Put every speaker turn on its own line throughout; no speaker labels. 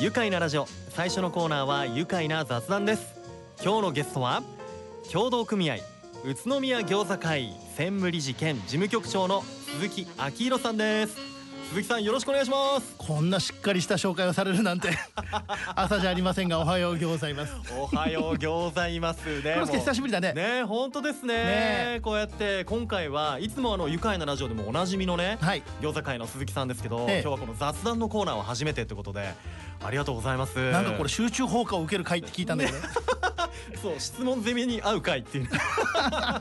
愉快なラジオ最初のコーナーは愉快な雑談です今日のゲストは協同組合宇都宮餃子会専務理事兼事務局長の鈴木昭弘さんです鈴木さんよろしくお願いします
こんなしっかりした紹介をされるなんて朝じゃありませんがおはようございます
おはようござい ますね
コロスケ久しぶりだね
ね本当ですね
ね
こうやって今回はいつもあの愉快なラジオでもおなじみのね、
はい
餃子会の鈴木さんですけど、
ええ
今日はこの雑談のコーナーを初めてってことでありがとうございます
なんかこれ集中放火を受ける回って聞いたんだけど、
そう質問攻めに合う会っていう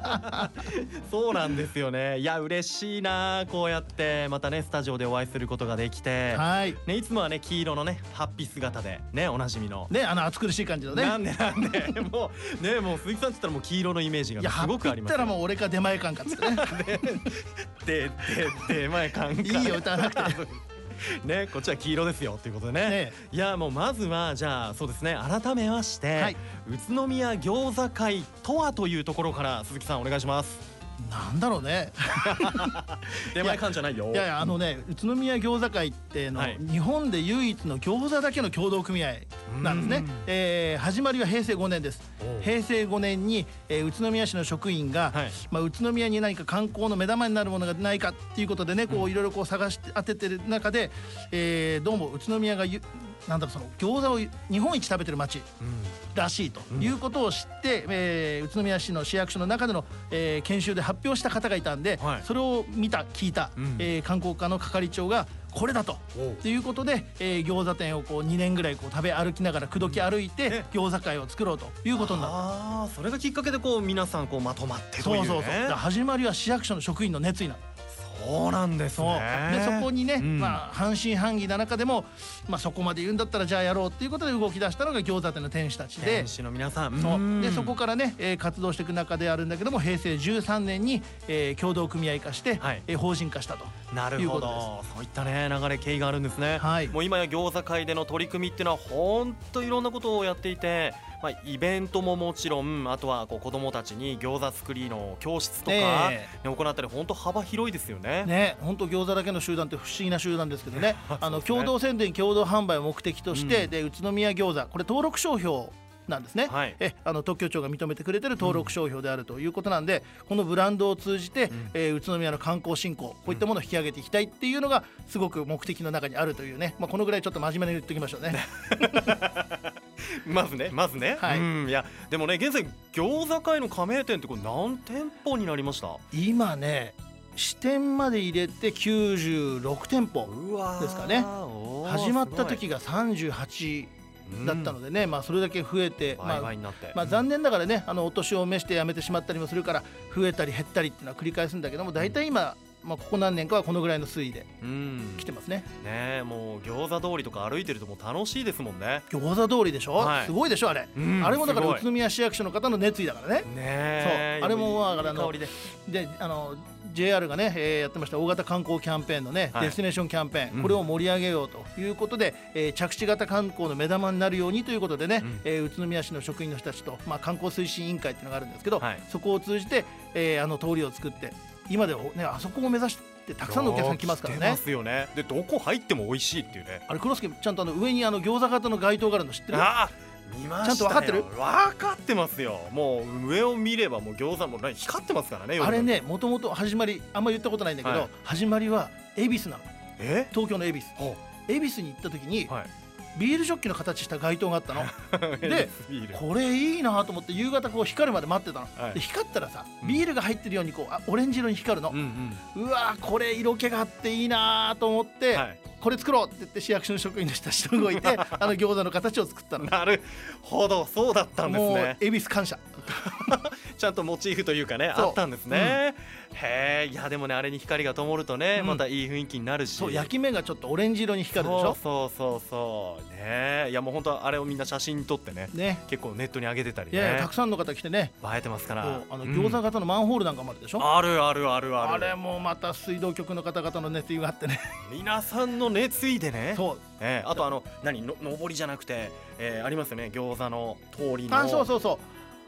そうなんですよねいや嬉しいなこうやってまたねスタジオでお会いすることができて、
はい
ね、いつもはね黄色のねハッピー姿でねおなじみの、
ねあの暑苦しい感じのね
なんでなんでもうねもう鈴木さんって言ったらもう黄色のイメージ
いや
が
ハ
すご
ッピ
くあ
ー
り
っ
ます
たらもう俺か出前感かっつってね
ででで前感
いいよ歌わなくて
ねこっちは黄色ですよっていうことでね
ね
いやもうまずはじゃあそうですね改めまして、
はい
宇都宮餃子会とはというところから鈴木さんお願いします
なんだろうね
出前感じゃないよ
いやいやあのね宇都宮餃子会っての、
はい
日本で唯一の餃子だけの協同組合なんです
う
ね
ん、
えー始まりは平成5年です
おう
平成5年に、えー宇都宮市の職員が、
はい
まあ、宇都宮に何か観光の目玉になるものがないかっていうことでねこういろいろこう探して当ててる中で、えーどうも宇都宮がゆなんだろうその餃子を日本一食べてる町
うん
らしいということを知って、えー宇都宮市の市役所の中での、えー研修で発表した方がいたんで、
はい
それを見た聞いた、
うん
えー観光課の係長がこれだと。
おう
ということで、えー餃子店をこう2年ぐらいこう食べ歩きながら口説き歩いて
ね
餃子会を作ろうということになった
あーそれがきっかけでこう皆さんこうまとまってというね
そうそうそうだから始まりは市役所の職員の熱意なの
そうなんです
そう
ね
でそこにね、
うん
まあ、半信半疑な中でも、まあ、そこまで言うんだったらじゃあやろうっていうことで動き出したのが餃子店の店主たちで
選手の皆さん
そう
うん
でそこからね、えー活動していく中であるんだけども平成13年に、えー共同組合化して、
はい
えー法人化したと
なる
いう
ほ
こと
どそういったね流れ経緯があるんですね、
はい
もう今や餃子会での取り組みっていうのはほんといろんなことをやっていて、まあ、イベントももちろんあとはこう子どもたちに餃子作りの教室とか、ね
ね
行ったりほんと幅広いですよね
ね、本当餃子だけの集団って不思議な集団ですけどねあ
そう
の
ですね
共同宣伝共同販売を目的として、
うん
で宇都宮餃子これ登録商標なんですね、
はい
えあの特許庁が認めてくれてる登録商標であるということなんで、このブランドを通じて、
ん
えー宇都宮の観光振興こういったものを引き上げていきたいっていうのがすごく目的の中にあるというね、まあ、このぐらいちょっと真面目に言っておきましょうね。
まずねまずね、
はい
うんいやでもね現在餃子会の加盟店ってこれ何店舗になりました
今ね支店まで入れて96店舗
うわー
ですかね
おー
始まった
す
時が38
ごい
だったのでね、まあ、それだけ増えて、
うん、ワイ
ま
ワ
あ
イになって、
まあ、残念ながらねあのお年を召して辞めてしまったりもするから増えたり減ったりっていうのは繰り返すんだけども大体今、まあ、ここ何年かはこのぐらいの推移で
うん
来てますね
ねえもう餃子通りとか歩いてるともう楽しいですもんね。
餃子通りでしょ、
はい
すごいでしょあれ、
うん
あれもだから
すごい
宇都宮市役所の方の熱意だからね
ねえ
そうあれも
いい
だからあの
香りで
であの JR がね、えーやってました大型観光キャンペーンのね、
はい
デスティネーションキャンペーン、
うん
これを盛り上げようということで、えー着地型観光の目玉になるようにということでね、
うん
えー宇都宮市の職員の人たちと、まあ、観光推進委員会っていうのがあるんですけど、
はい
そこを通じて、えーあの通りを作って今では、ね、あそこを目指してたくさんのお客さん来ますから
来てま
ね。
すよね。でどこ入っても美味しいっていうね。
あれクロスケちゃんとあの上にあの餃子型の街灯があるの知ってる
ああ見ましたよ。
ちゃんと分かってる
分かってますよ。もう上を見ればもう餃子もね光ってますからね。夜
あれ。ねもともと始まりあんまり言ったことないんだけど、
はい
始まりは恵比寿なの
え？
東京の恵比寿
ほ
恵比寿に行った時に、
はい。
ビールジョッキの形した街灯があ ったので
ビール
これいいなと思って夕方こう光るまで待ってたの、
はい
で光ったらさ
うん
ビールが入ってるようにこうあオレンジ色に光るの
うん、うん。
うわーこれ色気があっていいなと思って、
はい。
これ作ろうって言って市役所の職員の人たちと 動いてあの餃子の形を作ったの。
なるほどそうだったんです
もう
ね。
恵比寿感謝
ちゃんとモチーフというかね
そう
あったんですね、へえいやでもねあれに光が灯るとね、
うん
またいい雰囲気になるし
そう焼き目がちょっとオレンジ色に光るでしょ
そうそうそうそうねえいやもう本当あれをみんな写真に撮ってね
ね
結構ネットに上げてたり
い
ね
やいやたくさんの方来てね
映えてますか
そ
ら
うあの餃子
が、
型のマンホールなんかもあるでしょ、
あるあるあるある
あれもまた水道局の方々の熱意があってね
皆さんの熱意でね
そう
ええあとあの何の上りじゃなくて、ええありますよね餃子の通りの
あそうそうそう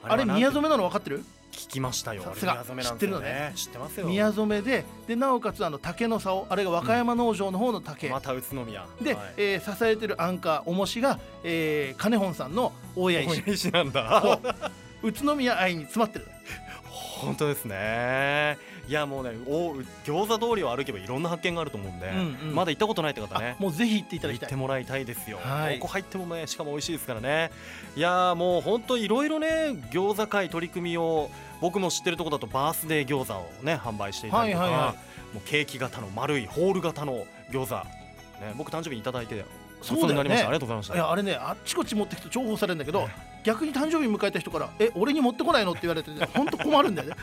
あれ
はなんて
宮染めなの分かってる
聞きましたよ
さ
あれ
すが
宮染なんですよね知ってますよ
宮染めででなおかつあの竹の竿あれが和歌山農場の方の竹、
また宇都宮
で、
はい
えー支えてるアンカー重しが、えー、金本さんの大谷
大
石
谷石なん
そ
だ
う宇都宮愛に詰まってる
本当ですねいやもうねお餃子通りを歩けばいろんな発見があると思うんで、
うんうん
まだ行ったことないって方ね
あもうぜひ行っていただき
行
た
っ
い
てもらいたいですよ、
はい
どこ入ってもねしかも美味しいですからねいやーもう本当いろいろね餃子会取り組みを僕も知ってるとこだとバースデー餃子をね販売していたりとか、
はいはいは
もうケーキ型の丸いホール型の餃子ね僕誕生日にいただいて
そうだよね
ごちになりましたありがとうございまし
いや
た
あれねあっちこっち持ってきて重宝されるんだけど逆に誕生日迎えた人から「え俺に持ってこないの?」って言われて本当困るんだ よね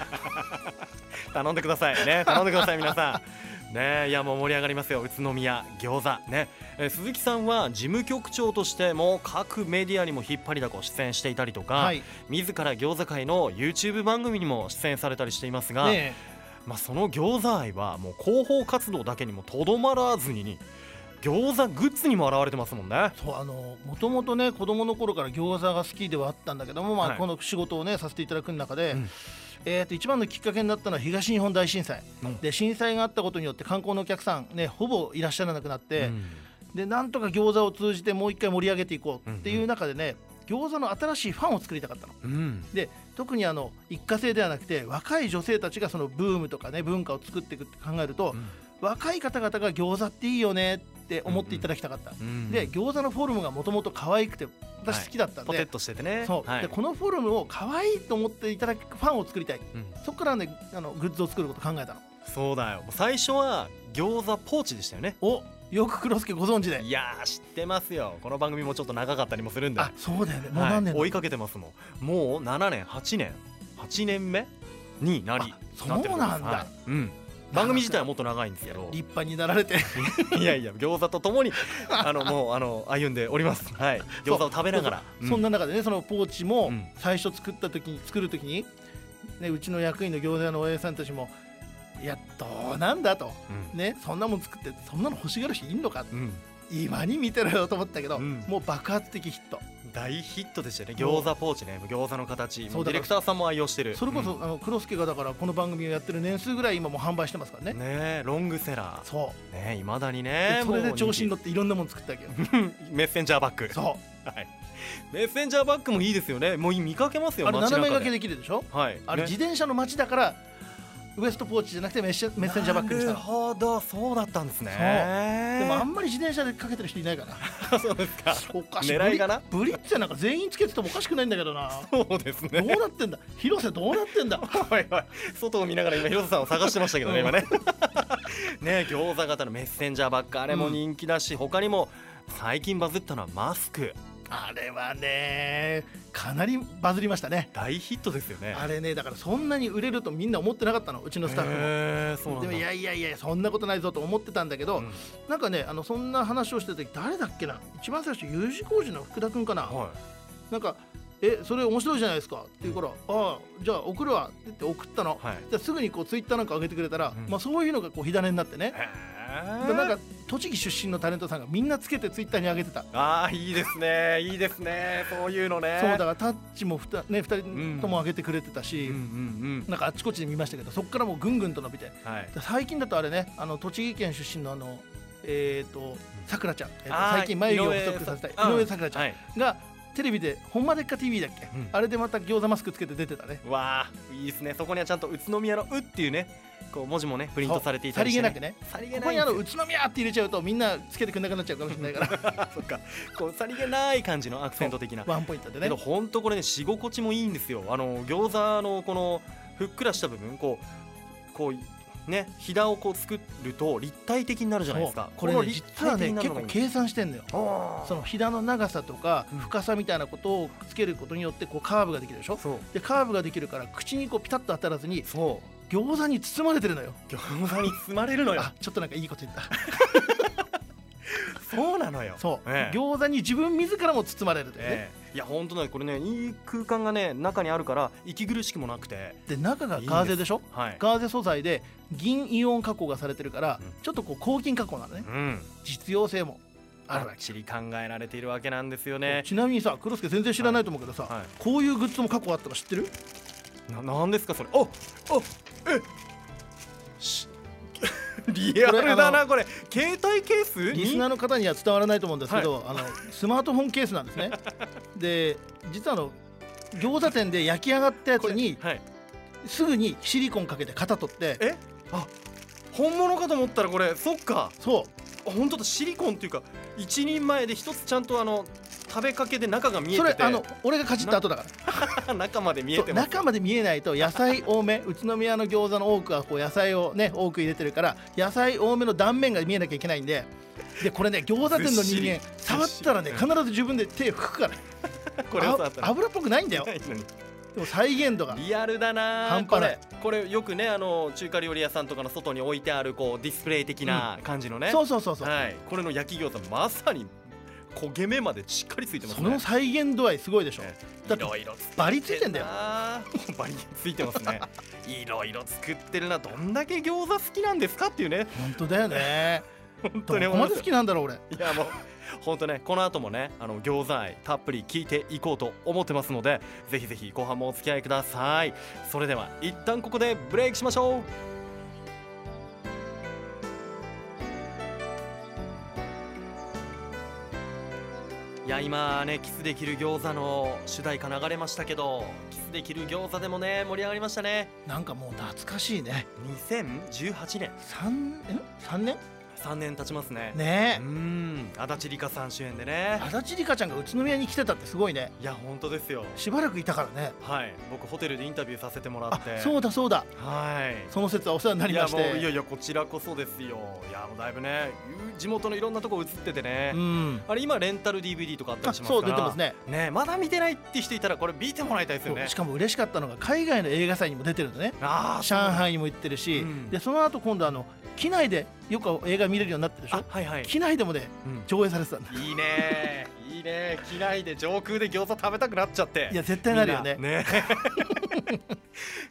頼んでください ね頼んでください皆さんねいやもう盛り上がりますよ宇都宮餃子ねえー鈴木さんは事務局長としても各メディアにも引っ張りだこ出演していたりとか、
はいね
自ら餃子界の YouTube 番組にも出演されたりしていますが、
え
まあ、その餃子愛はもう広報活動だけにもとどまらずに餃子グッズにも現れてますもんね。
そうあのもともとね子供の頃から餃子が好きではあったんだけども、まあ
はい
この仕事をねさせていただく中で、
うん
えー、と一番のきっかけになったのは東日本大震災、
うん
で震災があったことによって観光のお客さんねほぼいらっしゃらなくなって、
うん
でなんとか餃子を通じてもう一回盛り上げていこうっていう中でね、餃子の新しいファンを作りたかったの。
うん
で特にあの一過性ではなくて若い女性たちがそのブームとかね文化を作っていくって考えると、若い方々が餃子っていいよねって思っていただきたかった、
うん
で餃子のフォルムがもともと可愛くて私好きだったんで,、
ポテッとしててね。
そう
はい
でこのフォルムを可愛いと思っていただくファンを作りたい
うん
そこからねあのグッズを作ること考えたの
そうだよもう最初は餃子ポーチでしたよね。
およく黒助ご存知で
いやー知ってますよこの番組もちょっと長かったりもするんで
あそうだよねもう何年だ
はい、追いかけてますもんもう7年8年8年目になり
あそう
ってるところ
なんだ
はいうん番組自体はもっと長いんですけど
立派になられて
いやいや餃子とともにあのもうあの歩んでおりますはい 餃子を食べながら
そうそうそん
な
な中でねそのポーチも
うん
最初作った時に作る時に、ね、うちの役員の餃子屋の親さんたちもいやどうなんだと、ね、そんなもん作ってそんなの欲しがる人いんのか
うん、
今に見てろよと思ったけど、
うん
もう爆発的ヒット
大ヒットでしたよね
もう
餃子ポーチね餃子の形も
そうう
ディレ
だから
クターさんも愛用してる
それこそ、あの黒助がだからこの番組をやってる年数ぐらい今もう販売してますから
う
ね
んねえロングセラ
そ
ーねいまだに
う、
ね
でそれで調子に乗
の
っていろんなもの作ってあげよう
メッセンジャーバッグ
そ
はいメッセンジャーバッグもいいですよねもう見かけます
う
よ
あれ斜
街
め
中 で
掛けできるでしょ
はい
あれ
ね
自転車の街だからウエストポーチじゃなくてメッシャメッセンジャーバッグにした
なる
の
ほどそうだったんですね
でもあ
そ
んまり自転車でかけてる人いない から
うそうですか
おかしい
狙いかな
ブリブリッツェなんか全員つけててもおかしくないんだけどな
そうですね
どうなってんだ広瀬どうなっ てんだ
はいはい、外を見ながら今広瀬さんを探してましたけどね、
うん
今 ね。ね餃子型のメッセンジャーばっかあれも人気だし、他にも最近バズったのはマスク
あれはねかなりバズりましたね
大ヒットですよね。
あれねだからそんなに売れるとみんな思ってなかったのうちのスタッフも。
へーそうなん
で
だ。
もいやいやいやそんなことないぞと思ってたんだけど、
うん
なんかねあのそんな話をしてた時誰だっけな一番最初 U 字工事の福田君かな、
は
なんか「えそれ面白いじゃないですか」って言うから「ああじゃあ送るわ」って言って送ったの、
い、はい。
じゃすぐにこうツイッターなんか上げてくれたら、
うん
まあ、そういうのがこう火種になってね、
へ
で
ー
なんか栃木出身のタレントさんがみんなつけてツイッターに上げてた。
ああいいですねいいですねそういうのね
そうだからタッチも 2,、ね、2人とも上げてくれてた
う
し、
んうん
なんかあっちこっちで見ましたけどそこからもうぐんぐんと伸びて
うんはい
で最近だとあれねあの栃木県出身のあのえっ、とさくらちゃん、えーと
あー
最近眉毛を細くさせたい
うん
井上さくらちゃん
はい
がテレビで「ほんまでっか TV」だっけ、
うん
あれでまた餃子マスクつけて出てたね
わあいいですねそこにはちゃんと宇都宮の「う」っていうねこう文字もねプリントされていた
さ
り
り
して、
げ
ね、
なくね
さりげ
こ
な
こ
い
にあの宇都宮って入れちゃうとみんなつけてくれなくなっちゃうかもしれないから
そっかこうさりげない感じのアクセント的な
ワンポイントで
け
ね
どほんとこれね仕心地もいいんですよあの餃子のこのふっくらした部分こうこうねひだをこう作ると立体的になるじゃないですか
そうこれね
の
実はね
の
結
が
構
いいんです
計算してんのよ
あー
そのひだの長さとか
うん
深さみたいなことをつけることによってこうカーブができるでしょ
そう
でカーブができるから口にこうピタッと当たらずに
そ
餃子に包まれてるのよ
う餃子に包まれるのよ
あちょっとなんかいいこと 言った
そうなのよ
そう、
ええ
餃子に自分自らも包まれるというね、
ええいやほんとねこれねいい空間がね中にあるから息苦しくもなくて
で中がガーゼでしょ
はい
ガーゼ素材で銀イオン加工がされてるから、
うん
ちょっとこう抗菌加工なのね
うん
実用性もあ
あ
る
らっちり考えられているわけなんですよ
ね
ね
ちなみにさ黒助全然知らないと思うけどさ、
はい
こういうグッズも過去あったの知ってる
ななんですかそれおおえ しリア
これ
ルだ
あ
な
の
これ携帯ケース
リスナー
に
の方には伝わらないと思うんですけど、あのスマートフォンケースなんで すねで実はあの餃子店で焼き上がったやつ
これ
に
はい
すぐにシリコンかけて型取って
えあ本物かと思ったらこれそっか
そ
あ本当だシリコンっていうか一人前で一つちゃんとあの食べかけで中が見えて
う
て
それあの俺がかじった後だか ら
中まで見え
そう
てます
中まで見えないと野菜 多め宇都宮の餃子の多くはこう野菜をね多く入れてるから野菜多めの断面が見えなきゃいけないんででこれね餃子店の
ずっし
人
り
間触ったらね
ずっし
必ず自分で手拭くから
これをさ
あ油っぽくないんだよ
ないのに
でも再現度が
リアルだな
半端ない
これこれよくねあの中華料理屋さんとかの外に置いてあるこうディスプレイ的な感じのね、
そうそうそうそう
はいこれの焼き餃子まさに焦げ目までしっかりついてます
その
ね
再現度合いすごいでしょ
ね
だ
い
って
ろいろつ
バリついてんだよ
な バリついてますねいろいろ作ってるなどんだけ餃子好きなんですかっていうね
本当だよね
本
ど
当に
こ
思いま
まです好きなんだろう俺
いやもう本当ねこの後もねあの餃子愛たっぷり聞いていこうと思ってますのでぜひぜひ後半もお付き合いくださいそれでは一旦ここでブレイクしましょういや今ねキスできる餃子の主題歌流れましたけどキスできる餃子でもね盛り上がりましたね
なんかもう懐かしいね
2018年
3ん3年
3年経ちますね
ね
う
え
ん足立梨花さん主演でね
足立梨花ちゃんが宇都宮に来てたってすごいね
いや本当ですよ
しばらくいたからね
はい、僕ホテルでインタビューさせてもら
あ
って。
そうだそうだ
はい。
その説はお世話になり
いや
まし
もういや
て
いやこちらこそですよ。いやもうだいぶね地元のいろんなとこ映っててね。
うん
あれ今レンタル DVD とかあった
あ
りしますか
そう
ら。
出てます。ね
ねまだ見てないって人いたらこれ見てもらいたいですよ
そ
ね
うし。かも嬉しかったのが海外の映画祭にも出てるんだね
ああ
上海にも行ってるし、
うん
でその後今度あの機内でよく映画見れるようになってるでし
あ
ょ
はいはい。
機内でもね
うん
上映されてたんだ
いいねいいね機内で上空で餃子食べたくなっちゃって。
いや絶対なるよね
みんな い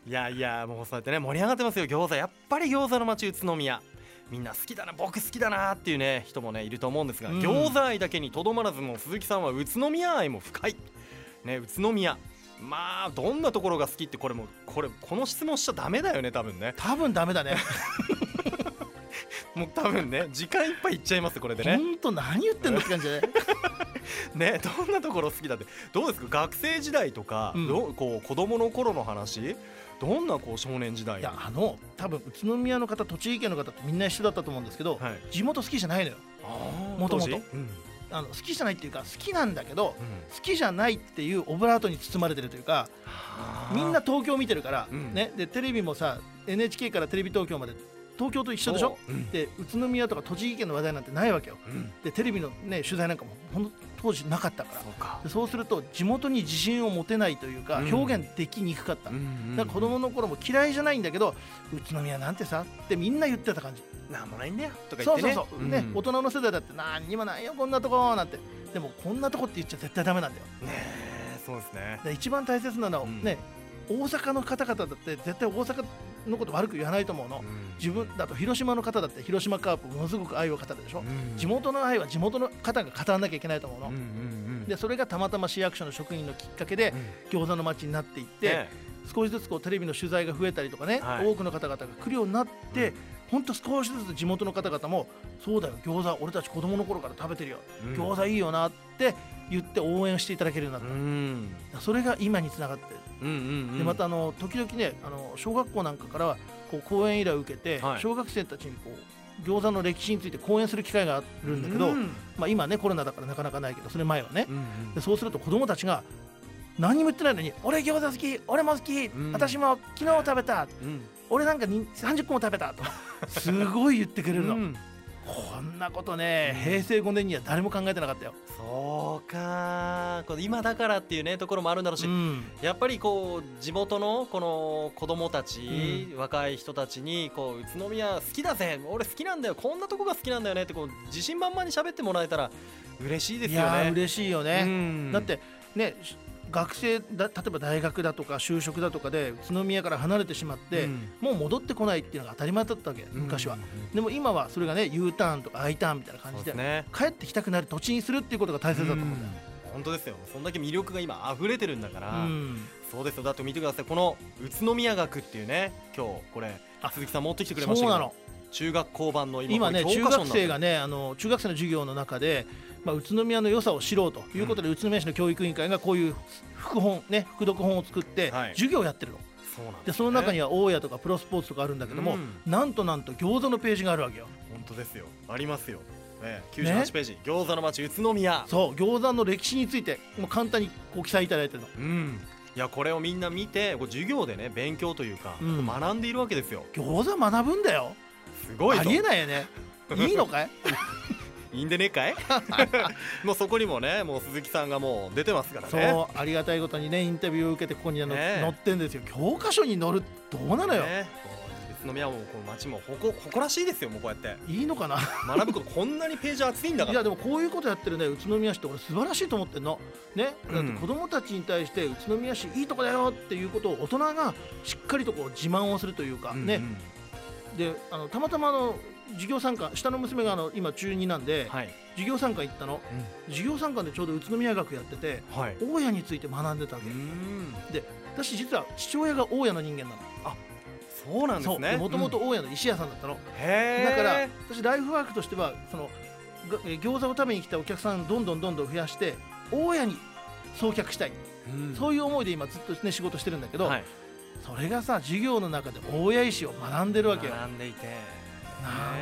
やいやもうそうやってね盛り上がってますよ餃子やっぱり餃子の街宇都宮みんな好きだな僕好きだなっていうね人もねいると思うんですが、
うん
餃子愛だけにとどまらずもう鈴木さんは宇都宮愛も深いね宇都宮まあどんなところが好きってこれもこれこの質問しちゃダメだよね多分ね
多分ダメだね
もう多分ね時間いっぱいいっちゃいますこれでね
本当何言ってんのって感じ だね
ねどんなところ好きだってどうですか学生時代とか、
うん
どうこう子供の頃の話どんなこう少年時代
いやあの多分宇都宮の方栃木県の方ってみんな一緒だったと思うんですけど、
はい
地元好きじゃないのよ
も
もともと
うん
あの好きじゃないっていうか好きなんだけど
う
好きじゃないっていうオブラートに包まれてるというか
ん
みんな東京見てるから、
うん
ね、でテレビもさ NHK からテレビ東京まで東京と一緒でしょ
そううん
で宇都宮とか栃木県の話題なんてないわけよ
うん
でテレビの、ね、取材なんかもほんと当時なかったから
そうか
でそうすると地元に自信を持てないというか、
うん
表現できにくかった、だから子供
の
の頃も嫌いじゃないんだけど宇都宮なんてさってみんな言ってた感じ
なんもないんだよとか言
そ
っ
う
て
そ
ね
うそう、
ん
ね大人の世代だって何にもないよこんなとこなんてでもこんなとこって言っちゃ絶対ダメなんだよ
ねそうですね
で一番大切なのは、
うん
ね大阪の方々だって絶対大阪のこと悪く言わないと思うの自分だと広島の方だって広島カープものすごく愛を語るでしょ地元の愛は地元の方が語らなきゃいけないと思うの、でそれがたまたま市役所の職員のきっかけで餃子の街になっていって、少しずつこうテレビの取材が増えたりとかね、
はい
多くの方々が来るようになって、
うん
ほんと少しずつ地元の方々も「そうだよ餃子俺たち子供の頃から食べてるよ餃
子
子いいよな」って言って応援していただけるようにな
う
っ
ん
た、それが今につながってる
うんうんうん
でまたあの時々ねあの小学校なんかからはこう講演依頼を受けて、
はい
小学生たちにこう餃子の歴史について講演する機会があるんだけど、
うん
まあ、今ねコロナだからなかなかないけどそれ前はね、
うん
でそうすると子供たちが何にも言ってないのに「俺餃子好き俺も好き、
うん
私も昨日食べた
うん
俺なんかに30個も食べた」とすごい言ってくれるの、
うん
こんなことね平成5年には誰も考えてなかったよ、
そうかこれ今だからっていうねところもあるんだろうし
うん
やっぱりこう地元のこの子供たち、若い人たちにこう宇都宮好きだぜ俺好きなんだよこんなとこが好きなんだよねってこう自信満々に喋ってもらえたら嬉しいで
い
すよね。
やー嬉しいよね、
うん
だってねし学生だ例えば大学だとか就職だとかで宇都宮から離れてしまって、
うん
もう戻ってこないっていうのが当たり前だったわけ昔は、
うんうんうん
でも今はそれがね U ターンとか I ターンみたいな
そ
感
う
じ
で
です
ね
帰ってきたくなる土地にするっていうことが大切だと思うんだよ、
うん本当ですよそんだけ魅力が今溢れてるんだから、
うん
そうですよだって見てくださいこの宇都宮学っていうね今日これ
あ
鈴木さん持ってきてくれました
そ
けど
うなの
中学校版の今
今ね
これ
中
教科書
学
になって
生
る
がねあの中学生の授業の中で、まあ、宇都宮の良さを知ろうということで、宇都宮市の教育委員会がこういう副本ね副読本を作って、
はい
授業をやってるの
そうなんです、ね、
でその中には大家とかプロスポーツとかあるんだけど
う
も、
ん
なんとなんと餃子のページがあるわけよ
本当ですよありますよ、ね、98ページ、餃子の街宇都宮
そう餃子の歴史についてもう簡単にこう記載いただいてるの
うんいやこれをみんな見てこう授業でね勉強というか、
うん
学んでいるわけですよ
餃子学ぶんだよ
すごい
あ
と
りえない よねいいのかい
いいんでねえ かいもうそこにもねもう鈴木さんがもう出てますから
そ
ね
うありがたいことにねインタビューを受けてここにあの、
ねえ
載ってんですよ教科書に載るどうなのよ、
ねこう宇都宮もこの街も誇誇らしいですよもうこうやって
いいのかな
学ぶことこんなにページ厚いんだか
いや
ら
でもこういうことやってるね宇都宮市って俺素晴らしいと思ってんのねだって子供たちに対して宇都宮市いいとこだよっていうことを大人がしっかりとこう自慢をするというか、
うん
ねであのたまたまあの授業参観下の娘があの今中2なんで、
うんはい、
授業参観行ったの授業参観でちょうど宇都宮学やってて
はい
大家について学んでたわ
う
け、
ん
で私実は父親が大家の人間なの
そうなんですね
もともと大家の石屋さんだったの、
うんへえ
だから私ライフワークとしてはそのがえー餃子を食べに来たお客さんをどんどんどんどん増やして大家に送客したい、そういう思いで今ずっとね仕事してるんだけど、
はい
それがさ授業の中で大家石を学んでるわけよなん
学んでいて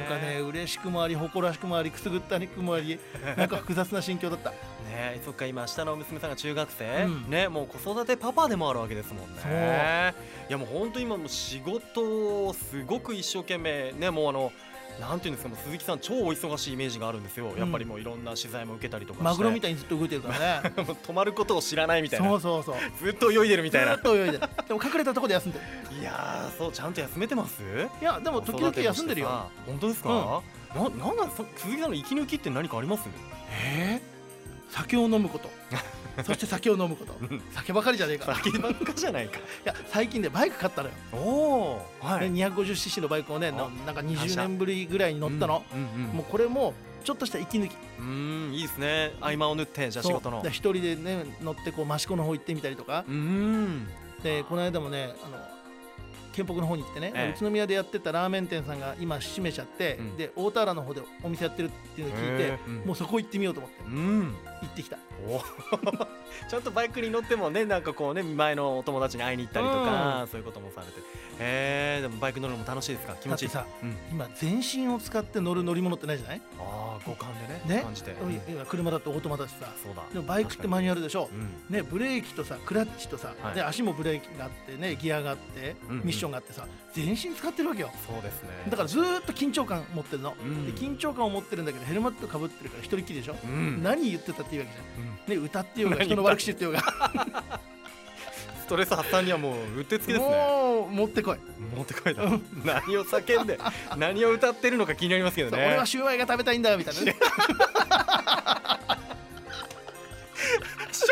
かね嬉しくもあり誇らしくもありくすぐったくも ありなんか複雑な心境だった
ねえそっか今下の娘さんが中学生、
うん
ねもう子育てパパでもあるわけですもんね
そう
いやもう本当今もう仕事をすごく一生懸命ねもうあのなんていうんですかもう鈴木さん超お忙しいイメージがあるんですよ、やっぱりもういろんな取材も受けたりとかして
マグロみ
た
たいにずっと動いてるから ね
止まることを知らないみたい
そ
な
うそうそう
ずっと泳いでるみたい
ず
な
っと泳いでるでも隠れたとこで休んでる
いやーそうちゃんと休めてます
いやでも時々休んでるよ
子育てもしてさ本当ですか、ななんなんそ鈴木さんの息抜きって何かあります
えー酒を飲むことそして酒を飲むこと
ん
酒ばかりじゃねえかい
先ばっかじゃないか
や最近でバイク買ったのよ、
おおは
で 250cc のバイクをねな
あ
なんか20年ぶりぐらいに乗ったの、
うんうんうん
もうこれもちょっとした息抜き
うーんいいですね合間を縫ってじゃあ仕事の
そうで一人でね乗ってこう益子の方行ってみたりとか
う、ーん
でこの間もねあの県北の方に行ってね、
ええ
宇都宮でやってたラーメン店さんが今閉めちゃって、
うん
で大田原の方でお店やってるっていうのを聞いて
へ、ーうん
もうそこ行ってみようと思って
うん
行ってきた
お ちゃんとバイクに乗ってもねなんかこうね前のお友達に会いに行ったりとか、そういうこともされてへえでもバイク乗るのも楽しいですか気持ちいい
だってさ、
うん
今全身を使って乗る乗り物ってないじゃない
ああ五感でね
ね
感じて、うん
今車だってオートマだしさ
そうだ
でもバイクってマニュアルでしょ
確かに
ね、ブレーキとさクラッチとさ、
はい
で足もブレーキがあってねギアがあって、
うんうん
ミッションがあってさ全身使ってるわけよ
うんそうですね
だからずーっと緊張感持ってるの、
うん
で緊張感を持ってるんだけどヘルメットかぶってるから一人っきりでしょ、
うん
何言ってたっていいわけじゃ
う
ん
ん
ね、歌ってようが
何
人の悪口言ってようが
ストレス発散にはもううってつけですね
もう持ってこい、
持ってこいだ何を叫んで何を歌ってるのか気になりますけど
そう
ね
俺はシューマイが食べたいんだみたい なね
ショ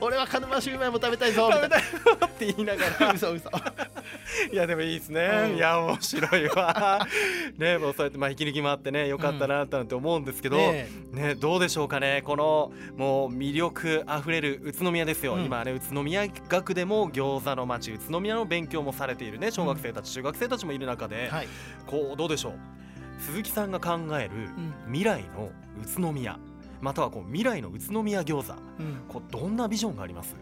俺は鹿沼シューマイも食べたいぞみたい
食べ
な
ックって言いながら
嘘嘘
いやでもいいですね、
うん
いや面白い わねもうそうやってまあ引き抜きもあってねよかったななんて思うんですけど、ね
ね
どうでしょうかねこのもう魅力あふれる宇都宮ですよ、
うん
今ね宇都宮学でも餃子の街宇都宮の勉強もされているね小学生たち、中学生たちもいる中
え
で、
はい、
こうどうでしょう鈴木さんが考える
うん
未来の宇都宮またはこう未来の宇都宮餃子
うん、
こうどんなビジョンがあります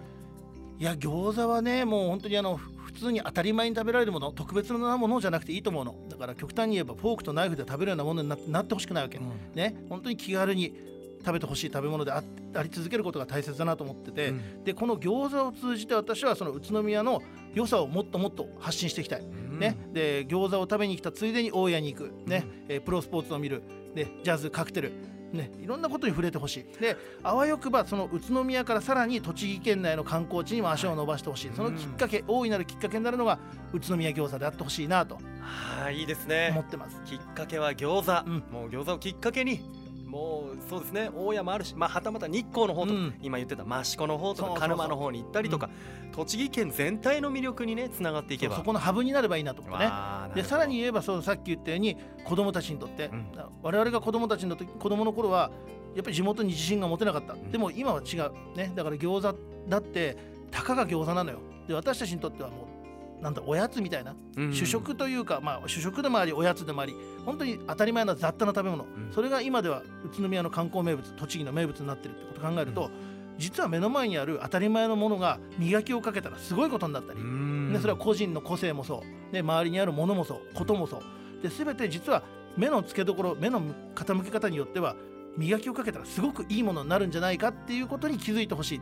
いや餃子はねもう本当にあのふ普通に当たり前に食べられるもの特別なものじゃなくていいと思うのだから極端に言えばフォークとナイフで食べるようなものにななってほしくないわけ、ね本当に気軽に食べてほしい食べ物でああり続けることが大切だなと思ってて、でこの餃子を通じて私はその宇都宮の良さをもっともっと発信していきたい、
うん
ね、で餃子を食べに来たついでに大家に行く、ねえープロスポーツを見る、ね、ジャズカクテル、ね、いろんなことに触れてほしいであわよくばその宇都宮からさらに栃木県内の観光地にも足を伸ばしてほしい、
はい
そのきっかけ、大いなるきっかけになるのが宇都宮餃子であってほしいなと
はいいいですね
思ってます。
きっかけは餃子、
うん
もう餃子をきっかけにもうそうですね大山あるし、まあ、はたまた日光の方とか、
うん
今言ってた益子の方と
そうそうそ
か
う
鹿沼の方に行ったりとか栃木県全体の魅力にねつながっていけば
そこのハブになればいいなと思ってね
わあなるほど
でさらに言えばそうさっき言ったように子どもたちにとって、
うん
我々が子どもたちの時子どもの頃はやっぱり地元に自信が持てなかった、
ん
でも今は違うねだから餃子だってたかが餃子なのよで私たちにとってはもうなんだおやつみたいな、
うん
主食というか、まあ、主食でもありおやつでもあり本当に当たり前な雑多な食べ物、
ん
それが今では宇都宮の観光名物栃木の名物になってるってことを考えると、実は目の前にある当たり前のものが磨きをかけたらすごいことになったり、
うん
ね、それは個人の個性もそう、ね、周りにあるものもそうこともそうで全て実は目の付けどころ目の傾け方によっては磨きをかけたらすごくいいものになるんじゃないかっていうことに気づいてほしい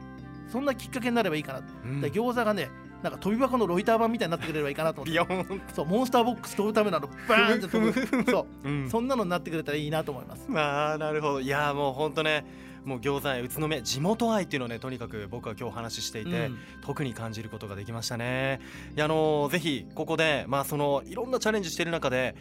そんなきっかけになればいいかなと、
うん
で餃子がねなんか飛び箱のロイター版みたいになってくれればいいかなと思っ
ビ
て
ヨーン
そうモンスターボックス飛ぶためなのバーンって飛ぶそううんそんなのになってくれたらいいなと思います。
まあなるほどいやもう本当ねもう餃子愛宇都宮地元愛っていうのをねとにかく僕は今日お話ししていて、
うん
特に感じることができましたねいやあのぜひここでまあそのいろんなチャレンジしてる中で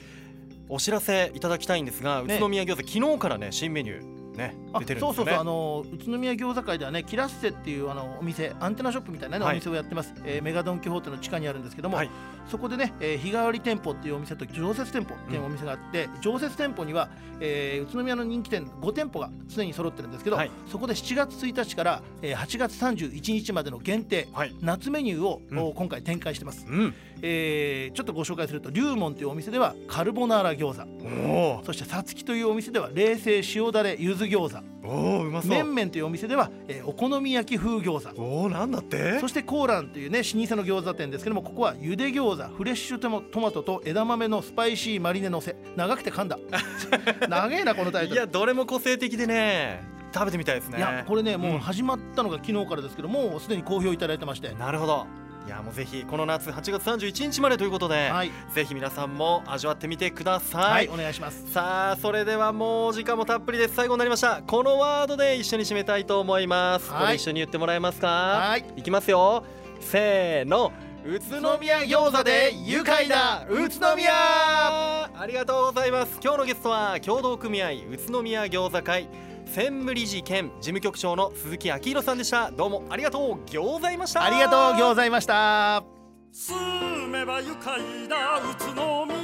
お知らせいただきたいんですが、
ね
宇都宮餃子昨日からね新メニューね
あ
出てるん
そ
です
う
よ
そうそ
ね
うあの宇都宮餃子会ではねキラッセっていうあのお店アンテナショップみたいな、ね
はい
お店をやってます、えーメガドン・キホーテの地下にあるんですけども、
はい
そこでね、えー日替わり店舗っていうお店と常設店舗っていうお店があって、常設店舗には、えー宇都宮の人気店5店舗が常に揃ってるんですけど、
はい
そこで7月1日から、えー8月31日までの限定
はい
夏メニューを、
うん
お今回展開してます、
うん
えーちょっとご紹介すると龍門っていうお店ではカルボナーラ餃子
お
そしてさつきというお店では冷製塩だれ柚子餃子
ーおーうまそ
麺
う
麺というお店では、えーお好み焼き風餃子
おーなんだって
そしてコーランというね老舗の餃子店ですけどもここはゆで餃子フレッシュトマトと枝豆のスパイシーマリネのせ長くて噛 んだ長えなこのタ
い
イトルい
やどれも個性的でね食べてみたいですね
やこれねもううん始まったのが昨日からですけどもうすでに好評いただいてまして
なるほどいやもうぜひこの夏8月31日までということで、
はい
ぜひ皆さんも味わってみてくださ、
はいいお願いします
さあそれではもう時間もたっぷりです最後になりましたこのワードで一緒に締めたいと思います、
はい
これ一緒に言ってもらえますか
はいい
きますよせーの宇都宮餃子で愉快だ宇都宮ありがとうございます今日のゲストは共同組合宇都宮餃子会専務理事兼事務局長の鈴木昭弘さんでしたどうもありがとう餃子いました
ありがとうございました
住めば愉快だ宇都宮